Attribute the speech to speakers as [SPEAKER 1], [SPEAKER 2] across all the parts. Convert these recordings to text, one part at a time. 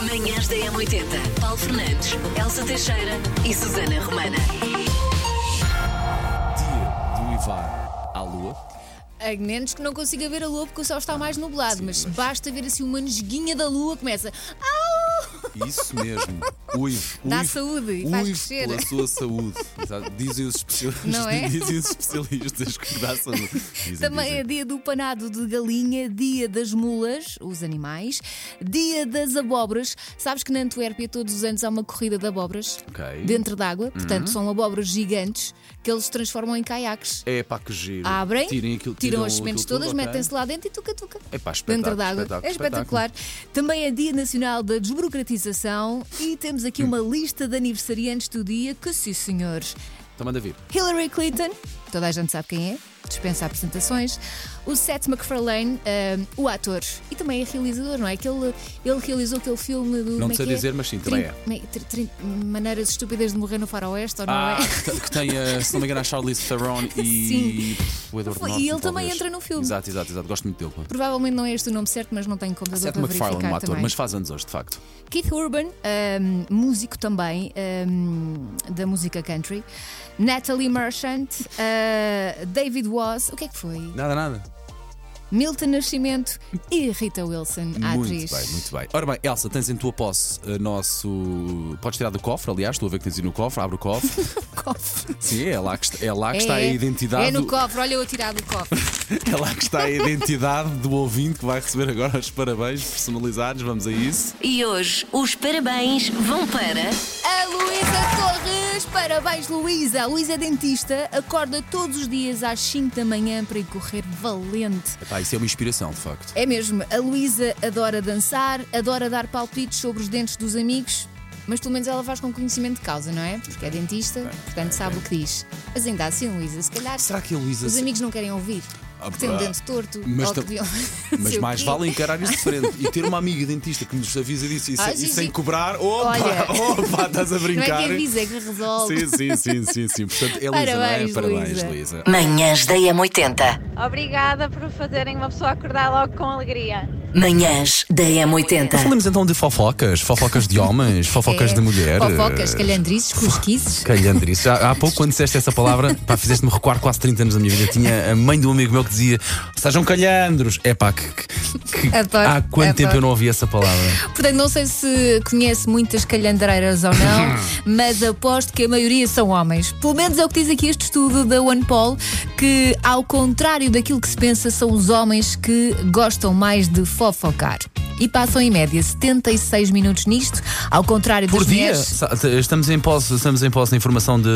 [SPEAKER 1] Manhãs da M80. Paulo Fernandes, Elsa Teixeira e Susana Romana.
[SPEAKER 2] Dia de uivar à lua.
[SPEAKER 3] A menos que não consiga ver a lua porque o céu está mais nublado,
[SPEAKER 2] sim,
[SPEAKER 3] mas
[SPEAKER 2] mas-
[SPEAKER 3] basta ver assim uma nesguinha da lua, começa. Ah, Au!
[SPEAKER 2] Isso mesmo. Uivo.
[SPEAKER 3] Dá
[SPEAKER 2] uivo,
[SPEAKER 3] saúde e
[SPEAKER 2] uivo
[SPEAKER 3] faz crescer.
[SPEAKER 2] pela sua saúde. Exato. Dizem os especialistas,
[SPEAKER 3] Não é?
[SPEAKER 2] dizem os especialistas que dá saúde. Dizem,
[SPEAKER 3] Também é
[SPEAKER 2] dizem.
[SPEAKER 3] dia do panado de galinha, dia das mulas, os animais, dia das abóboras. Sabes que na Antuérpia todos os anos há uma corrida de abóboras
[SPEAKER 2] Ok. Uhum.
[SPEAKER 3] dentro d'água, portanto são abóboras gigantes que eles transformam em caiaques.
[SPEAKER 2] É pá, que giro.
[SPEAKER 3] Abrem,
[SPEAKER 2] Tirem aquilo,
[SPEAKER 3] tiram as sementes
[SPEAKER 2] aquilo
[SPEAKER 3] todas,
[SPEAKER 2] tudo, ok.
[SPEAKER 3] metem-se lá dentro e tuca-tuca.
[SPEAKER 2] É pá,
[SPEAKER 3] dentro
[SPEAKER 2] espetáculo,
[SPEAKER 3] d'água.
[SPEAKER 2] espetáculo,
[SPEAKER 3] É espetacular. Também é Dia Nacional da Desburocratização e temos aqui uma
[SPEAKER 2] Hum.
[SPEAKER 3] lista de aniversariantes do dia que, sim senhores,
[SPEAKER 2] Então manda vir.
[SPEAKER 3] Hillary Clinton, toda a gente sabe quem é, dispensa apresentações, o Seth MacFarlane, ahm, o ator e também é realizador, não é? Aquele, ele realizou aquele filme do.
[SPEAKER 2] Não
[SPEAKER 3] como é
[SPEAKER 2] sei
[SPEAKER 3] que é?
[SPEAKER 2] dizer, mas sim,
[SPEAKER 3] Trin-
[SPEAKER 2] também é.
[SPEAKER 3] me- tr- trin- maneiras estúpidas de morrer no faroeste, ou não
[SPEAKER 2] Ah,
[SPEAKER 3] é?
[SPEAKER 2] que te- que tem, a, se não me engano, a Charlize Theron e o Edward
[SPEAKER 3] Foi- e
[SPEAKER 2] Norton,
[SPEAKER 3] ele também
[SPEAKER 2] talvez.
[SPEAKER 3] entra no filme.
[SPEAKER 2] Exato, exato, exato. Gosto muito dele. pá.
[SPEAKER 3] Provavelmente não é este o nome certo, mas não tenho computador
[SPEAKER 2] Seth
[SPEAKER 3] para
[SPEAKER 2] MacFarlane,
[SPEAKER 3] verificar
[SPEAKER 2] um ator,
[SPEAKER 3] também.
[SPEAKER 2] mas faz anos hoje, de facto.
[SPEAKER 3] Keith Urban, ahm, músico também ahm, da música country. Natalie Merchant, ah, David Was, o que é que foi?
[SPEAKER 2] Nada, nada.
[SPEAKER 3] Milton Nascimento e Rita Wilson, a
[SPEAKER 2] Muito
[SPEAKER 3] atriz.
[SPEAKER 2] bem, muito bem. Ora bem, Elsa, tens em tua posse uh, nosso. Podes tirar do cofre, aliás, estou a ver que tens aí no cofre, abre o cofre.
[SPEAKER 3] Cofre.
[SPEAKER 2] Sim, é lá que, est- é lá que
[SPEAKER 3] É,
[SPEAKER 2] está a
[SPEAKER 3] é.
[SPEAKER 2] identidade.
[SPEAKER 3] É no
[SPEAKER 2] do-
[SPEAKER 3] cofre, olha eu a tirar do cofre.
[SPEAKER 2] é lá que está a identidade do ouvinte que vai receber agora os parabéns personalizados, vamos a isso.
[SPEAKER 1] E hoje os parabéns vão para.
[SPEAKER 3] A Luísa Torres, parabéns Luísa. A Luísa é dentista, acorda todos os dias às 5 da manhã para ir correr valente.
[SPEAKER 2] Epá, isso é uma inspiração, de facto.
[SPEAKER 3] É mesmo, a Luísa adora dançar, adora dar palpites sobre os dentes dos amigos, mas pelo menos ela faz com conhecimento de causa, não é? Porque é dentista, portanto sabe o que diz. Mas ainda assim, Luísa, se calhar
[SPEAKER 2] Será que a Luísa.
[SPEAKER 3] os amigos não querem ouvir.
[SPEAKER 2] Ah,
[SPEAKER 3] Que tem
[SPEAKER 2] pá.
[SPEAKER 3] um dente torto,
[SPEAKER 2] Mas
[SPEAKER 3] ou que
[SPEAKER 2] tam-
[SPEAKER 3] deviam-
[SPEAKER 2] Mas
[SPEAKER 3] sei o
[SPEAKER 2] mais
[SPEAKER 3] quê.
[SPEAKER 2] vale encarar isso de frente e ter uma amiga dentista que nos avisa disso e,
[SPEAKER 3] Ah,
[SPEAKER 2] se- e
[SPEAKER 3] sim,
[SPEAKER 2] sem
[SPEAKER 3] sim.
[SPEAKER 2] cobrar. Opa,
[SPEAKER 3] Olha.
[SPEAKER 2] opa, estás a
[SPEAKER 3] Não
[SPEAKER 2] brincar.
[SPEAKER 3] é que avisa, é que resolve.
[SPEAKER 2] Sim, sim, sim, sim, sim. Portanto, é Luísa, não é?
[SPEAKER 3] Parabéns,
[SPEAKER 2] Parabéns,
[SPEAKER 3] Luísa.
[SPEAKER 2] Luísa.
[SPEAKER 1] Manhãs da M80.
[SPEAKER 4] Obrigada por fazerem uma pessoa acordar logo com alegria.
[SPEAKER 1] Manhãs da M80.
[SPEAKER 2] Falemos então de fofocas, fofocas de homens, fofocas
[SPEAKER 3] É,
[SPEAKER 2] de eh, mulheres.
[SPEAKER 3] Fofocas, calhandrizes, cusquices.
[SPEAKER 2] Calhandrice. Já há pouco, quando disseste essa palavra, pá, fizeste-me recuar quase 30 anos da minha vida. Tinha a mãe de um amigo meu que dizia: sejam calhandros. É pá, que, que- que-
[SPEAKER 3] Adoro,
[SPEAKER 2] há quanto tempo
[SPEAKER 3] adoro.
[SPEAKER 2] eu não ouvi essa palavra?
[SPEAKER 3] Portanto, não sei se conhece muitas calhandreiras ou não, mas aposto que a maioria são homens. Pelo menos é o que diz aqui este estudo da OnePoll, que ao contrário daquilo que se pensa, são os homens que gostam mais de fofocar. E passam em média 76 minutos nisto, ao contrário das
[SPEAKER 2] Por dia?
[SPEAKER 3] mulheres.
[SPEAKER 2] Sa- Estamos em posse, estamos em posse de informação de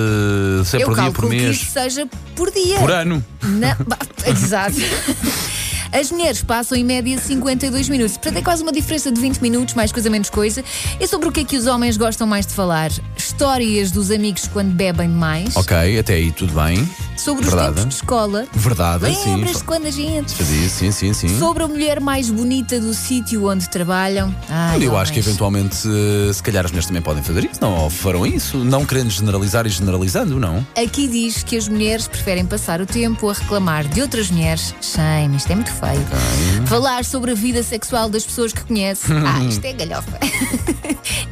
[SPEAKER 2] se é
[SPEAKER 3] Eu
[SPEAKER 2] por dia, por
[SPEAKER 3] calculo que
[SPEAKER 2] mês,
[SPEAKER 3] isso é. seja por dia.
[SPEAKER 2] por ano.
[SPEAKER 3] Na- Bah, Exato. As mulheres passam em média 52 minutos, portanto é quase uma diferença de 20 minutos, mais coisa menos coisa. E sobre o que é que os homens gostam mais de falar? Histórias dos amigos quando bebem demais,
[SPEAKER 2] Ok, até aí tudo bem.
[SPEAKER 3] sobre os
[SPEAKER 2] Verdade.
[SPEAKER 3] tempos de escola.
[SPEAKER 2] Verdade, sim.
[SPEAKER 3] Lembras-te quando a gente.
[SPEAKER 2] Fazia, sim, sim, sim.
[SPEAKER 3] Sobre a mulher mais bonita do sítio onde trabalham. Ai,
[SPEAKER 2] Eu acho que
[SPEAKER 3] homens.
[SPEAKER 2] eventualmente, eh, se calhar as mulheres também podem fazer isso, não? Ou farão isso, não querendo generalizar e generalizando, não?
[SPEAKER 3] Aqui diz que as mulheres preferem passar o tempo a reclamar de outras mulheres. Shame, isto é muito feio. Falar sobre a vida sexual das pessoas que conhece. Ah, isto é galhofa.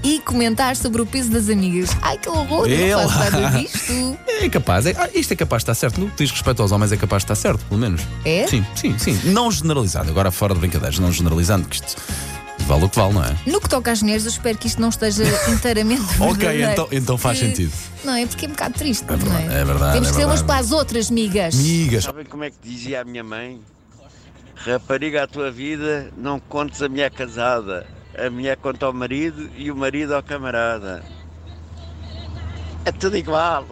[SPEAKER 3] e comentar sobre o peso das amigas. Ai, que horror, eu
[SPEAKER 2] Ela.
[SPEAKER 3] não faço nada disto.
[SPEAKER 2] É capaz, é- ah, isto é capaz de estar certo. No que diz respeito aos homens, é capaz de estar certo, pelo menos.
[SPEAKER 3] É?
[SPEAKER 2] Sim, sim, sim. Não generalizando, agora fora de brincadeiras, não generalizando, que isto vale o que vale, não é?
[SPEAKER 3] No que toca às mulheres, eu espero que isto não esteja inteiramente
[SPEAKER 2] Ok,
[SPEAKER 3] verdadeiro.
[SPEAKER 2] então- então faz
[SPEAKER 3] Que-
[SPEAKER 2] sentido.
[SPEAKER 3] Não, é porque é um bocado triste.
[SPEAKER 2] É verdade,
[SPEAKER 3] não é?
[SPEAKER 2] é verdade,
[SPEAKER 3] Temos
[SPEAKER 2] é
[SPEAKER 3] que ser umas
[SPEAKER 2] verdade.
[SPEAKER 3] para as outras, migas.
[SPEAKER 2] Migas.
[SPEAKER 5] Sabem como é que dizia a minha mãe? Rapariga, a tua vida, não contes a mulher casada. A mulher conta ao marido e o marido ao camarada. É tudo igual.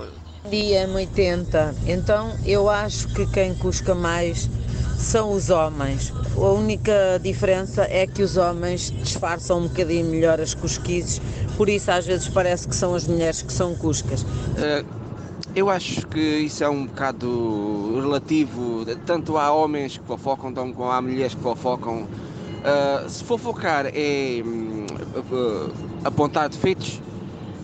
[SPEAKER 6] Dia 80. Então eu acho que quem cusca mais são os homens. A única diferença é que os homens disfarçam um bocadinho melhor as cusquices, por isso às vezes parece que são as mulheres que são cuscas.
[SPEAKER 7] Eh, Eu acho que isso é um bocado relativo. Tanto há homens que fofocam, tanto como há mulheres que fofocam. Eh, se fofocar é hum, eh, apontar defeitos,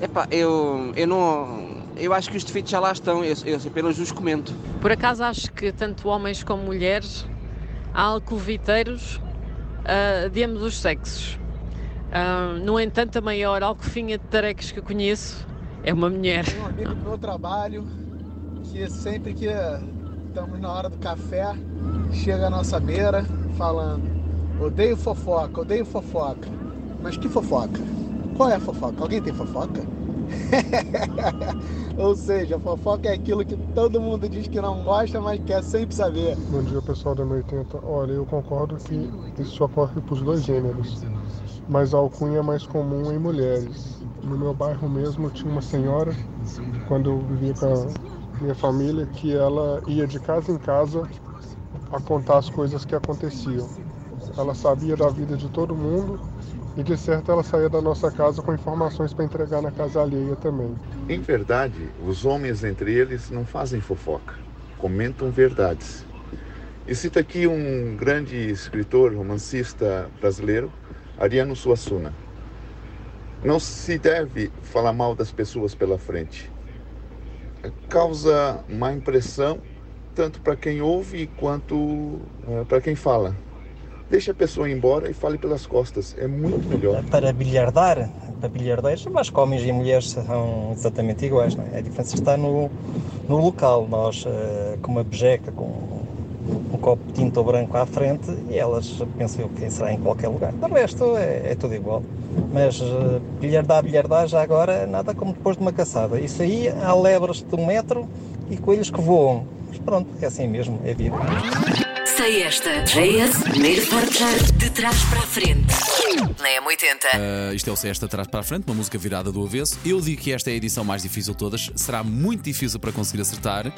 [SPEAKER 7] epá, eu, eu não. Eu acho que os defeitos já lá estão, eu, eu apenas os comento.
[SPEAKER 8] Por acaso acho que tanto homens como mulheres há alcoviteiros ah, de ambos os sexos. Ah, no entanto, a maior alcofinha de tarecos que eu conheço é uma mulher.
[SPEAKER 9] Tem um amigo no trabalho que sempre que estamos na hora do café, chega à nossa beira falando: odeio fofoca, odeio fofoca. Mas que fofoca? Qual é a fofoca? Alguém tem fofoca? Ou seja, fofoca é aquilo que todo mundo diz que não gosta, mas quer sempre saber.
[SPEAKER 10] Bom dia, pessoal da 80. Olha, eu concordo que isso ocorre para os dois gêneros, mas a alcunha é mais comum em mulheres. No meu bairro mesmo tinha uma senhora, quando eu vivia com a minha família, que ela ia de casa em casa a contar as coisas que aconteciam. Ela sabia da vida de todo mundo e, de certo, ela saía da nossa casa com informações para entregar na casa alheia também.
[SPEAKER 11] Em verdade, os homens entre eles não fazem fofoca, comentam verdades. E cita aqui um grande escritor, romancista brasileiro, Ariano Suassuna. Não se deve falar mal das pessoas pela frente. Causa má impressão tanto para quem ouve quanto para quem fala. Deixa a pessoa ir embora e fale pelas costas. É muito melhor.
[SPEAKER 12] Para bilhardar, para bilhardeiros, mas homens e mulheres são exatamente iguais, não é? A diferença está no, no local. Nós, eh, com uma bejeca, com um copo de tinta branco à frente, e elas pensam eu que será em qualquer lugar. De resto, é, é tudo igual. Mas eh, bilhardar, bilhardar, já agora, nada como depois de uma caçada. Isso aí, há lebras de um metro e coelhos que voam. Mas pronto, é assim mesmo, é vida.
[SPEAKER 1] Sei esta. JS, primeiro portar de trás para a frente. Na M80.
[SPEAKER 2] Ah, isto é o Sexta Atrás para a Frente, uma música virada do avesso. Eu digo que esta é a edição mais difícil de todas. Será muito difícil para conseguir acertar.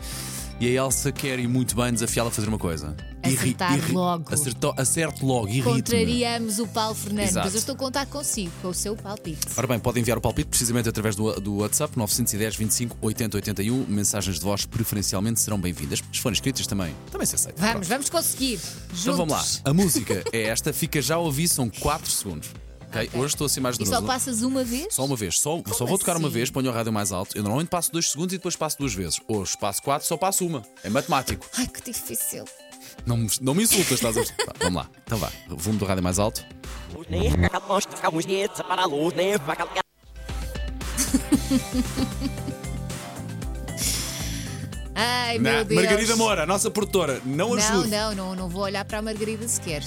[SPEAKER 2] E a Elsa quer ir muito bem desafiá-la a fazer uma coisa. Irri-
[SPEAKER 3] Acertar logo.
[SPEAKER 2] Acertou, acerte logo, irrite
[SPEAKER 3] Contrariamos o Paulo Fernandes.
[SPEAKER 2] Exato.
[SPEAKER 3] Eu estou a contar consigo, com o seu palpite.
[SPEAKER 2] Ora bem, pode enviar o palpite precisamente através do, do WhatsApp 910 25 80 81. Mensagens de voz preferencialmente serão bem-vindas. Se forem escritas também, também se aceita.
[SPEAKER 3] Vamos, vamos conseguir. Juntos.
[SPEAKER 2] Então vamos lá. A música é esta, fica já a ouvir, são 4 segundos. ok? Hoje estou assim mais
[SPEAKER 3] E
[SPEAKER 2] do
[SPEAKER 3] só passas uma vez?
[SPEAKER 2] Só uma vez, só, só vou tocar uma
[SPEAKER 3] assim?
[SPEAKER 2] vez, ponho o rádio mais alto. Eu normalmente passo dois segundos e depois passo duas vezes. Hoje passo quatro, só passo uma. É matemático.
[SPEAKER 3] Ai, que difícil.
[SPEAKER 2] Não, me- não me insultas, estás a ver? Tá, Vamos lá, então vá. Volume do rádio mais alto.
[SPEAKER 3] Ai,
[SPEAKER 2] Na-
[SPEAKER 3] meu Deus.
[SPEAKER 2] Margarida Moura, nossa produtora, não
[SPEAKER 3] Não,
[SPEAKER 2] ajude.
[SPEAKER 3] não, não, não vou olhar para a Margarida sequer.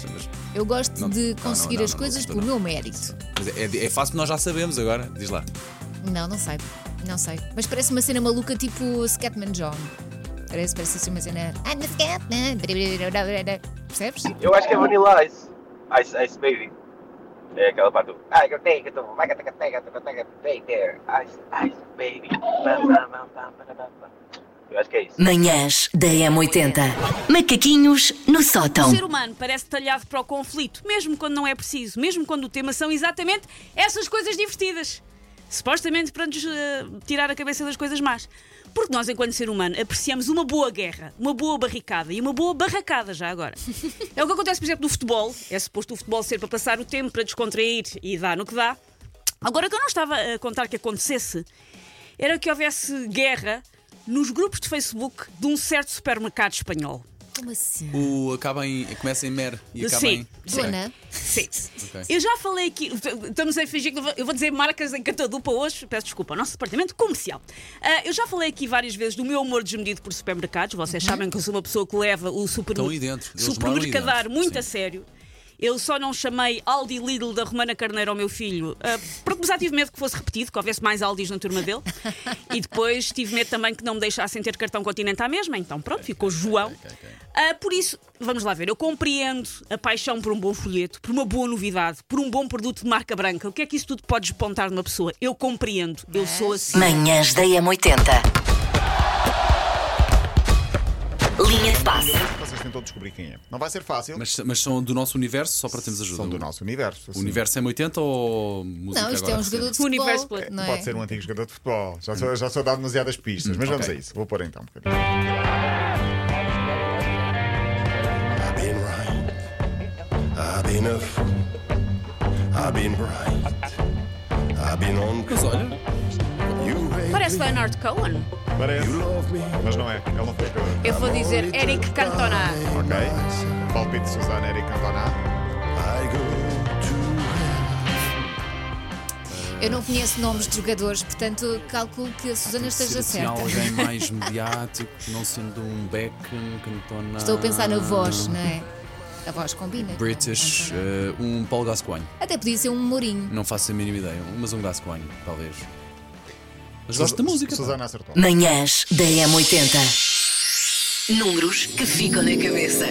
[SPEAKER 3] Eu gosto
[SPEAKER 2] Não,
[SPEAKER 3] de
[SPEAKER 2] não,
[SPEAKER 3] conseguir
[SPEAKER 2] não, não,
[SPEAKER 3] as
[SPEAKER 2] não,
[SPEAKER 3] coisas
[SPEAKER 2] não,
[SPEAKER 3] por
[SPEAKER 2] não.
[SPEAKER 3] meu mérito.
[SPEAKER 2] Mas É, é fácil, nós já sabemos agora. Diz lá.
[SPEAKER 3] Não, não sei. Não sei. Mas parece uma cena maluca tipo Scatman John. Parece, parece assim uma cena. I'm the Scatman. Percebes?
[SPEAKER 13] Eu acho que é Vanilla Ice. Ice, Ice Baby. É aquela parte do. Ai, que eu tenho, que eu tô. Vai, que eu tenho, que eu tenho, que eu tenho, que eu tenho, que eu tenho. Ice, Ice Baby. Bam, bam, bam, bam, bam, bam, bam. Eu acho que é isso.
[SPEAKER 1] Manhãs da M80. Macaquinhos no
[SPEAKER 14] O
[SPEAKER 1] sótão.
[SPEAKER 14] ser humano parece talhado para o conflito, mesmo quando não é preciso, mesmo quando o tema são exatamente essas coisas divertidas. Supostamente para nos eh, tirar a cabeça das coisas más. Porque nós, enquanto ser humano, apreciamos uma boa guerra, uma boa barricada e uma boa barracada, já agora. É o que acontece, por exemplo, no futebol. É suposto o futebol ser para passar o tempo, para descontrair e dar no que dá. Agora, o que eu não estava a contar que acontecesse era que houvesse guerra nos grupos de Facebook de um certo supermercado espanhol.
[SPEAKER 3] Como assim?
[SPEAKER 2] O Tipo, acaba em. Começa em mer e acaba
[SPEAKER 14] Sim,
[SPEAKER 2] em.
[SPEAKER 14] sim.
[SPEAKER 3] Dona?
[SPEAKER 14] Sim.
[SPEAKER 2] Ok.
[SPEAKER 14] Eu já falei aqui, estamos a fingir que eu vou- eu vou dizer marcas em catadupa hoje, peço desculpa, nosso departamento comercial. Ah, eu já falei aqui várias vezes do meu humor desmedido por supermercados, vocês sabem que eu sou uma pessoa que leva o supermer-
[SPEAKER 2] Estão aí dentro, eles moram aí
[SPEAKER 14] supermercadar
[SPEAKER 2] dentro,
[SPEAKER 14] muito
[SPEAKER 2] sim.
[SPEAKER 14] a sério. Eu só não chamei Aldi Lidl da Romana Carneiro ao meu filho, ah, porque já tive medo que fosse repetido, que houvesse mais Aldis na turma dele. e depois tive medo também que não me deixassem ter cartão continente à mesma, então pronto, ficou João. Ah, por isso, vamos lá ver, eu compreendo a paixão por um bom folheto, por uma boa novidade, por um bom produto de marca branca. O que é que isso tudo pode despontar numa pessoa? Eu compreendo, eu sou assim.
[SPEAKER 1] Manhãs da M80. Linha de passe.
[SPEAKER 15] Vocês tentam descobrir quem é. Não vai ser fácil.
[SPEAKER 2] Mas, mas são do nosso universo, só para termos ajuda.
[SPEAKER 15] São do nosso universo.
[SPEAKER 2] O universo é 80 ou música
[SPEAKER 3] Não, isto
[SPEAKER 2] agora
[SPEAKER 3] é um
[SPEAKER 2] recente?
[SPEAKER 3] jogador de futebol.
[SPEAKER 14] universo
[SPEAKER 3] não é?
[SPEAKER 15] Pode ser um antigo jogador de futebol. Já sou, já sou dado demasiadas pistas, mas vamos a isso. Vou pôr então um bocadinho.
[SPEAKER 16] I've been right. I've been off. I've been right. I've been on.
[SPEAKER 2] Mas olha.
[SPEAKER 14] Parece Leonard Cohen.
[SPEAKER 15] Parece. Mas não é. Ele não foi jogador.
[SPEAKER 14] Eu vou dizer Eric Cantona.
[SPEAKER 15] Ok. Palpite de Suzana Eric Cantona.
[SPEAKER 3] Eu não conheço nomes de jogadores, portanto calculo que a Susana esteja
[SPEAKER 2] Se assim, há
[SPEAKER 3] certa.
[SPEAKER 2] alguém mais mediático, não sendo um Beckham, Cantona.
[SPEAKER 3] Estou a pensar na voz, não é? A voz combina.
[SPEAKER 2] British, eh, um Paulo Gascoigne.
[SPEAKER 3] Até podia ser um Mourinho.
[SPEAKER 2] Não faço a mínima ideia, mas um Gascoigne, talvez. Mas
[SPEAKER 15] Sus-
[SPEAKER 2] gosto de música. pá.
[SPEAKER 15] Susana acertou.
[SPEAKER 1] Manhãs da M80. Números que ficam na cabeça.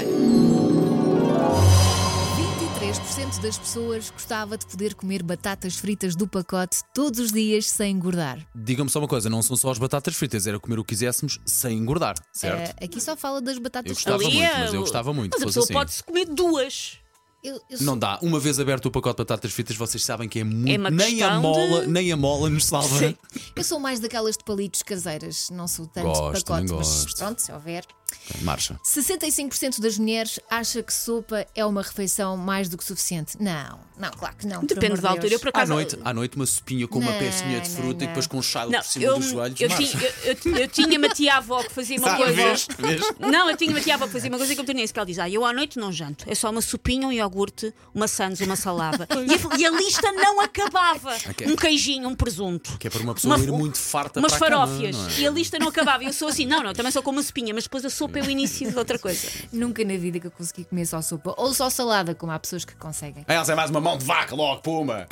[SPEAKER 3] 23% das pessoas gostava de poder comer batatas fritas do pacote todos os dias sem engordar.
[SPEAKER 2] Diga-me só uma coisa, não são só as batatas fritas, era comer o que quiséssemos sem engordar, certo?
[SPEAKER 3] Eh, aqui só fala das
[SPEAKER 2] Eu
[SPEAKER 14] Então,
[SPEAKER 3] batatas fritas.
[SPEAKER 2] gostava muito, mas eu gostava muito.
[SPEAKER 14] é Mas
[SPEAKER 2] que
[SPEAKER 14] a pessoa
[SPEAKER 2] fosse assim.
[SPEAKER 14] pode-se comer duas.
[SPEAKER 3] Eu, eu
[SPEAKER 2] Não dá. Uma vez aberto o pacote de batatas fritas, vocês sabem que é
[SPEAKER 14] É
[SPEAKER 2] muito.
[SPEAKER 14] uma
[SPEAKER 2] nem a
[SPEAKER 14] questão
[SPEAKER 2] mola,
[SPEAKER 14] de-
[SPEAKER 2] nem a mola nos salva.
[SPEAKER 3] Sim. Eu sou mais daquelas de palitos caseiras, não sou tanto de
[SPEAKER 2] Gosto,
[SPEAKER 3] pacote,
[SPEAKER 2] também
[SPEAKER 3] mas
[SPEAKER 2] gosto.
[SPEAKER 3] pronto, se houver.
[SPEAKER 2] Então, Marcha.
[SPEAKER 3] 65% das mulheres acha que sopa é uma refeição mais do que suficiente. Não, não, claro que não. por
[SPEAKER 14] Depende
[SPEAKER 3] amor
[SPEAKER 14] da
[SPEAKER 3] de
[SPEAKER 14] altura.
[SPEAKER 3] Deus.
[SPEAKER 14] Eu, por acaso,
[SPEAKER 2] À noite, à noite uma sopinha com uma
[SPEAKER 3] Não,
[SPEAKER 2] pecinha de
[SPEAKER 3] não,
[SPEAKER 2] fruta
[SPEAKER 3] não.
[SPEAKER 2] e depois com um chalo por cima
[SPEAKER 14] eu,
[SPEAKER 2] dos joelhos.
[SPEAKER 14] eu,
[SPEAKER 2] marcha.
[SPEAKER 14] tinha, eu, eu- eu tinha uma tia-avó que fazia uma
[SPEAKER 2] Sabe,
[SPEAKER 14] coisa.
[SPEAKER 2] vês? Vês?
[SPEAKER 14] Não, eu tinha uma tia-avó que fazia uma coisa que eu tenho isso, que ela diz: ah, eu à noite não janto, é só uma sopinha, um iogurte, uma sandes, uma salada. E a, e a lista não acabava.
[SPEAKER 2] Ok.
[SPEAKER 14] Um queijinho, um presunto.
[SPEAKER 2] Que é para uma pessoa
[SPEAKER 14] Uma-
[SPEAKER 2] ir muito farta
[SPEAKER 14] Umas
[SPEAKER 2] para a cama,
[SPEAKER 14] farófias
[SPEAKER 2] não é?
[SPEAKER 14] e a lista não acabava. E eu sou assim, não, não, também só como uma sopinha, mas depois a sopa é o início de outra coisa.
[SPEAKER 3] Nunca na vida que eu consegui comer só sopa ou só salada, como há pessoas que conseguem.
[SPEAKER 2] Ah, Elsa, é mais uma mão de vaca logo, puma!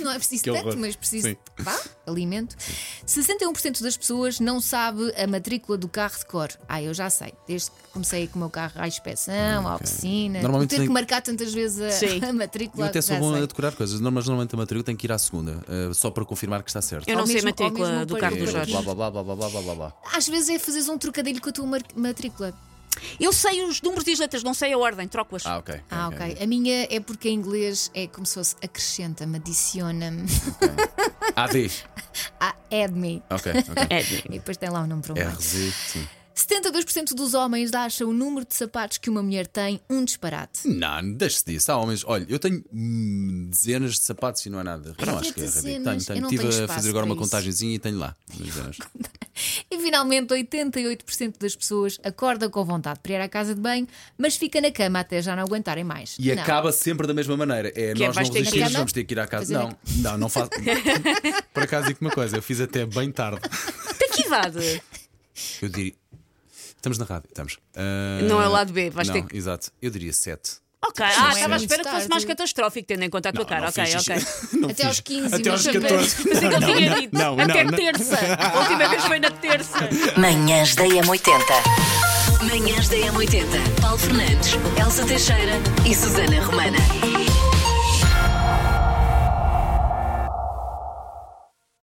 [SPEAKER 3] Não é preciso
[SPEAKER 2] Que horror.
[SPEAKER 3] tanto, mas preciso
[SPEAKER 2] Sim.
[SPEAKER 3] de vá, alimento. 61% das pessoas não sabe a matrícula do carro de cor. Ah, eu já sei. Desde que comecei com o meu carro à inspeção, à oficina,
[SPEAKER 2] Normalmente
[SPEAKER 3] ter
[SPEAKER 2] tem-
[SPEAKER 3] que marcar tantas vezes
[SPEAKER 14] Sim.
[SPEAKER 3] a, a matrícula.
[SPEAKER 2] Eu até sou
[SPEAKER 3] já
[SPEAKER 2] bom a
[SPEAKER 3] sei.
[SPEAKER 2] decorar coisas, não, mas normalmente a matrícula tem que ir à segunda, eh, só para confirmar que está certo.
[SPEAKER 14] Eu não
[SPEAKER 3] Ao
[SPEAKER 14] sei a
[SPEAKER 3] mesmo- ao
[SPEAKER 14] matrícula
[SPEAKER 3] mesmo
[SPEAKER 14] do
[SPEAKER 3] preço.
[SPEAKER 14] carro
[SPEAKER 2] É,
[SPEAKER 14] do Jorge.
[SPEAKER 2] blá, blá, blá, blá, blá, blá, blá, blá.
[SPEAKER 3] Às vezes é fazeres um trocadilho com a tua mar- matrícula.
[SPEAKER 14] Eu sei os números e as letras, não sei a ordem, troco-as.
[SPEAKER 2] Ah, ok.
[SPEAKER 3] Ah, ok. A minha é porque em inglês é como se fosse acrescenta-me, adiciona-me,
[SPEAKER 2] AD.
[SPEAKER 3] ah, add me.
[SPEAKER 2] Ok, ok.
[SPEAKER 14] É,
[SPEAKER 2] É
[SPEAKER 3] E depois tem lá o número um. para mais.
[SPEAKER 2] RZ, sim.
[SPEAKER 3] 72% dos homens acham o número de sapatos que uma mulher tem um disparate.
[SPEAKER 2] Não, deixe disso. Há homens. Olha, eu tenho hum, dezenas de sapatos e não é nada.
[SPEAKER 3] Ai,
[SPEAKER 2] não
[SPEAKER 3] que
[SPEAKER 2] acho que é ridículo. Tenho,
[SPEAKER 3] dezenas? Eu
[SPEAKER 2] tenho.
[SPEAKER 3] não
[SPEAKER 2] Estive
[SPEAKER 3] tenho
[SPEAKER 2] a
[SPEAKER 3] espaço
[SPEAKER 2] fazer agora
[SPEAKER 3] para
[SPEAKER 2] uma
[SPEAKER 3] isso.
[SPEAKER 2] contagenzinha e tenho lá. dezenas.
[SPEAKER 3] E finalmente, 88% das pessoas acorda com vontade para ir à casa de banho, mas fica na cama até já não aguentarem mais.
[SPEAKER 2] E
[SPEAKER 3] Não.
[SPEAKER 2] acaba sempre da mesma maneira. É,
[SPEAKER 3] Que é,
[SPEAKER 2] nós
[SPEAKER 3] vais
[SPEAKER 2] não
[SPEAKER 3] ter que ir
[SPEAKER 2] resistimos,
[SPEAKER 3] à cama?
[SPEAKER 2] vamos ter que ir à casa.
[SPEAKER 3] Fazer
[SPEAKER 2] Não, não, não faço. Por acaso digo uma coisa, eu fiz até bem tarde.
[SPEAKER 14] Até que idade?
[SPEAKER 2] Eu diria. Estamos na rádio, estamos. Ah,
[SPEAKER 14] Não é o lado B, vais
[SPEAKER 2] não,
[SPEAKER 14] ter que-
[SPEAKER 2] Exato, eu diria 7.
[SPEAKER 14] Ok,
[SPEAKER 2] Não
[SPEAKER 14] ah,
[SPEAKER 2] é
[SPEAKER 14] estava à
[SPEAKER 2] muito
[SPEAKER 14] espera que fosse
[SPEAKER 3] tarde.
[SPEAKER 14] mais catastrófico, tendo em conta a tua
[SPEAKER 2] Não,
[SPEAKER 14] cara.
[SPEAKER 2] Ah, não
[SPEAKER 14] ok,
[SPEAKER 2] fiz
[SPEAKER 14] ok.
[SPEAKER 2] isto. Não
[SPEAKER 3] Tá, Até aos 15,
[SPEAKER 2] Até aos
[SPEAKER 3] mas também-
[SPEAKER 2] 14.
[SPEAKER 14] Mas é que ele tinha
[SPEAKER 2] Não,
[SPEAKER 14] dito.
[SPEAKER 2] não,
[SPEAKER 14] Até
[SPEAKER 2] não, não.
[SPEAKER 14] terça. A última vez foi na terça.
[SPEAKER 1] Manhãs da M80. Manhãs da M80. Paulo Fernandes, Elsa Teixeira e Susana Romana.